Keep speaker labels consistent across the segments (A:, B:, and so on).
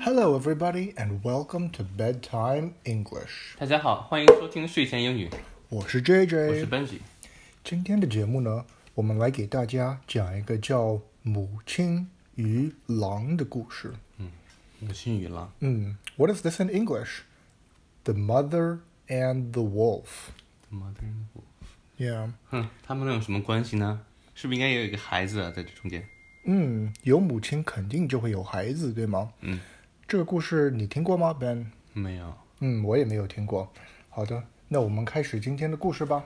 A: Hello, everybody, and welcome to Bedtime English.
B: 大家好，欢迎收听睡前英语，
A: 我是
B: 我是
A: JJ。
B: Benji。
A: 今天的节目呢，我们来给大家讲一个叫《母亲与狼》的故事。
B: 母亲与狼，
A: 嗯，What is this in English? The Mother and the Wolf.
B: 怎么的？
A: Yeah.
B: 哼，嗯他们能有什么关系呢？是不是应该也有一个孩子啊在这中间？
A: 嗯，有母亲肯定就会有孩子，对吗？
B: 嗯，
A: 这个故事你听过吗，Ben？
B: 没有。
A: 嗯，我也没有听过。好的，那我们开始今天的故事吧。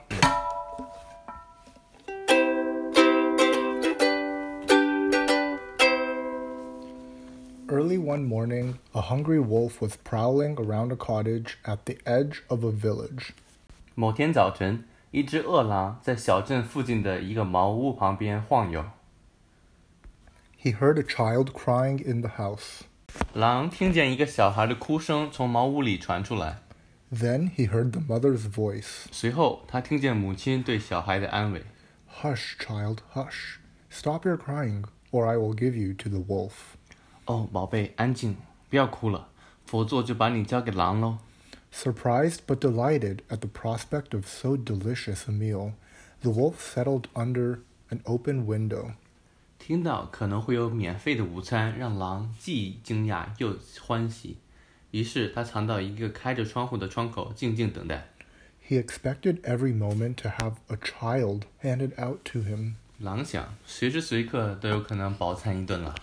A: Early one morning, a hungry wolf was prowling around a cottage at the edge of a village.
B: 某天早晨，一只饿狼在小镇附近的一个茅屋旁边晃悠。
A: He heard a child crying in the house.
B: 狼听见一个小孩的哭声从茅屋里传出来，
A: Then he heard the mother's voice
B: 随后他听见母亲对小孩的安慰。
A: Hush, child, hush. Stop your crying, or I will give you to the wolf.
B: 哦，宝贝，安静，不要哭了，否则我就把你交给狼喽。
A: Surprised but delighted at the prospect of so delicious a meal, the wolf settled under an open window.
B: 听到可能会有免费的午餐，让狼既惊讶又欢喜。于是他藏到一个开着窗户的窗口，静静等待。
A: He expected every moment to have a child handed out to him.
B: 狼想，随时随刻都有可能饱餐一顿了。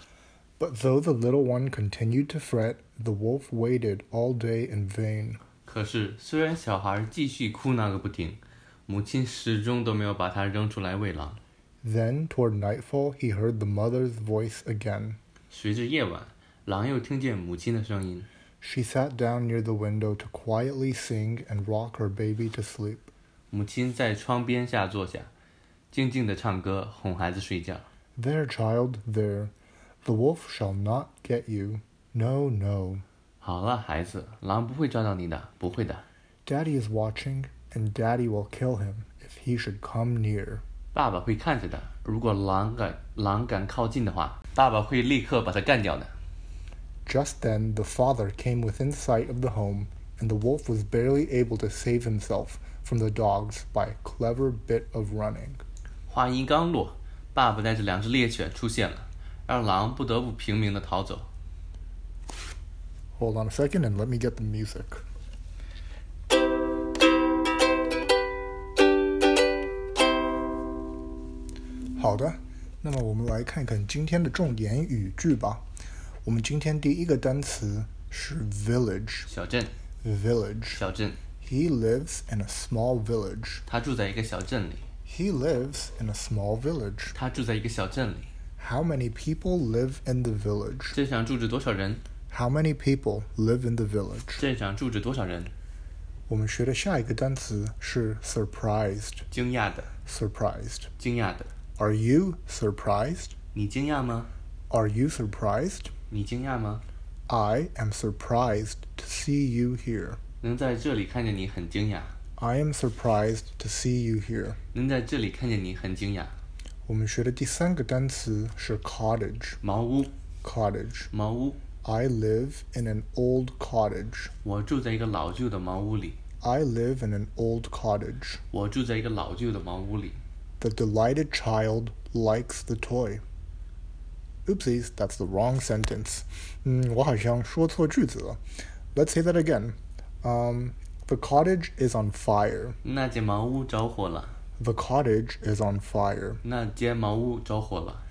A: But though the little one continued to fret, the wolf waited all day in vain.
B: 可是，虽然小孩继续哭闹个不停，母亲始终都没有把它扔出来喂狼。
A: Then, toward nightfall, he heard the mother's voice again.
B: 随着夜晚，狼又听见母亲的声音。
A: She sat down near the window to quietly sing and rock her baby to sleep.
B: 母亲在窗边下坐下，静静地唱歌，哄孩子睡觉。
A: There, child, there. The wolf shall not get you. No, no.
B: 好了，孩子，狼不会抓到你的，不会的。
A: Daddy is watching, and Daddy will kill him if he should come near.
B: 爸爸会看着的。如果狼敢狼敢靠近的话，爸爸会立刻把它干掉的。
A: Just then, the father came within sight of the home, and the wolf was barely able to save himself from the dogs by a clever bit of running.
B: 话音刚落，爸爸带着两只猎犬出现了，让狼不得不平民的逃走。
A: Hold on a second and let me get the music. All right. 好的，那么我们来看看今天的重点语句吧。我们今天第一个单词是 village，
B: 小镇，
A: village.
B: 小镇，
A: He lives in a small village.
B: 他住在一个小镇里，
A: He lives in a small village.
B: 他住在一个小镇里。
A: How many people live in the village?
B: 镇上住着多少人？
A: How many people live in the village?
B: 镇上住着多少人？
A: 我们学的下一个单词是 surprised.
B: 惊讶的，
A: Surprised.
B: 惊讶的。
A: Are you surprised?
B: 你惊讶吗？
A: Are you surprised?
B: 你惊讶吗？
A: I am surprised to see you here.
B: 能在这里看见你很惊讶，
A: I am surprised to see you here.
B: 能在这里看见你很惊讶。
A: 我们学的第三个单词是 cottage.
B: 茅屋，
A: Cottage.
B: 茅屋，
A: I live in an old cottage.
B: 我住在一个老旧的茅屋里，
A: I live in an old cottage.
B: 我住在一个老旧的茅屋里。
A: The delighted child likes the toy. Oopsies, that's the wrong sentence. 嗯，我好像说错句子了。Let's say that again. Um, the cottage is on fire.
B: 那间茅屋着火了，
A: The cottage is on fire.
B: 那间茅屋着火了，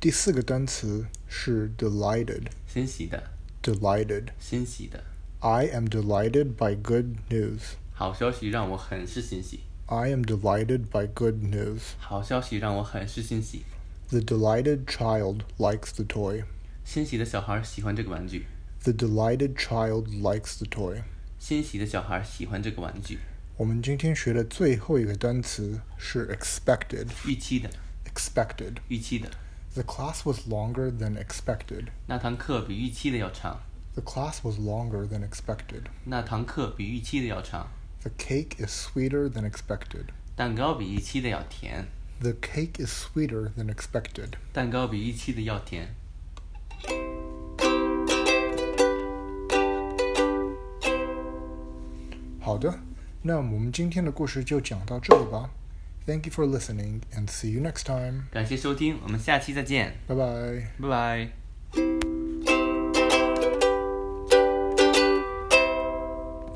A: 第四个单词是 delighted.
B: 欣喜的，
A: Delighted.
B: 欣喜的，
A: I am delighted by good news.
B: 好消息让我很是欣喜，
A: I am delighted by good news.
B: 好消息让我很是欣喜。
A: The delighted child likes the toy.
B: 欣喜的小孩喜欢这个玩具，
A: The delighted child likes the toy.
B: 欣喜的小孩喜欢这个玩具。
A: 我们今天学的最后一个单词是 expected.
B: 预期的，
A: Expected.
B: 预期的，
A: The class was longer than expected.
B: 那堂课比预期的要长，
A: The class was longer than expected.
B: 那堂课比预期的要长，
A: The cake is sweeter than expected.
B: 蛋糕比预期的要甜，
A: The cake is sweeter than expected.
B: 蛋糕比预期的要甜。
A: 好的，那我们今天的故事就讲到这里吧。Thank you for listening and see you next time.
B: 感谢收听，我们下期再见，
A: 拜拜。
B: 拜拜。